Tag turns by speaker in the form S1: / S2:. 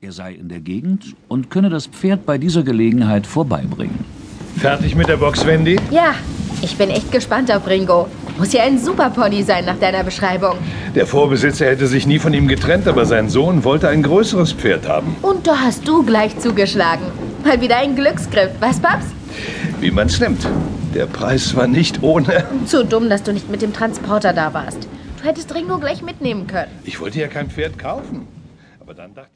S1: Er sei in der Gegend und könne das Pferd bei dieser Gelegenheit vorbeibringen.
S2: Fertig mit der Box, Wendy?
S3: Ja, ich bin echt gespannt auf Ringo. Muss ja ein Superpony sein nach deiner Beschreibung.
S2: Der Vorbesitzer hätte sich nie von ihm getrennt, aber sein Sohn wollte ein größeres Pferd haben.
S3: Und da hast du gleich zugeschlagen. Mal wieder ein Glücksgriff, was, Paps?
S2: Wie man's nimmt. Der Preis war nicht ohne.
S3: Zu dumm, dass du nicht mit dem Transporter da warst. Du hättest Ringo gleich mitnehmen können.
S2: Ich wollte ja kein Pferd kaufen. Aber dann dachte ich.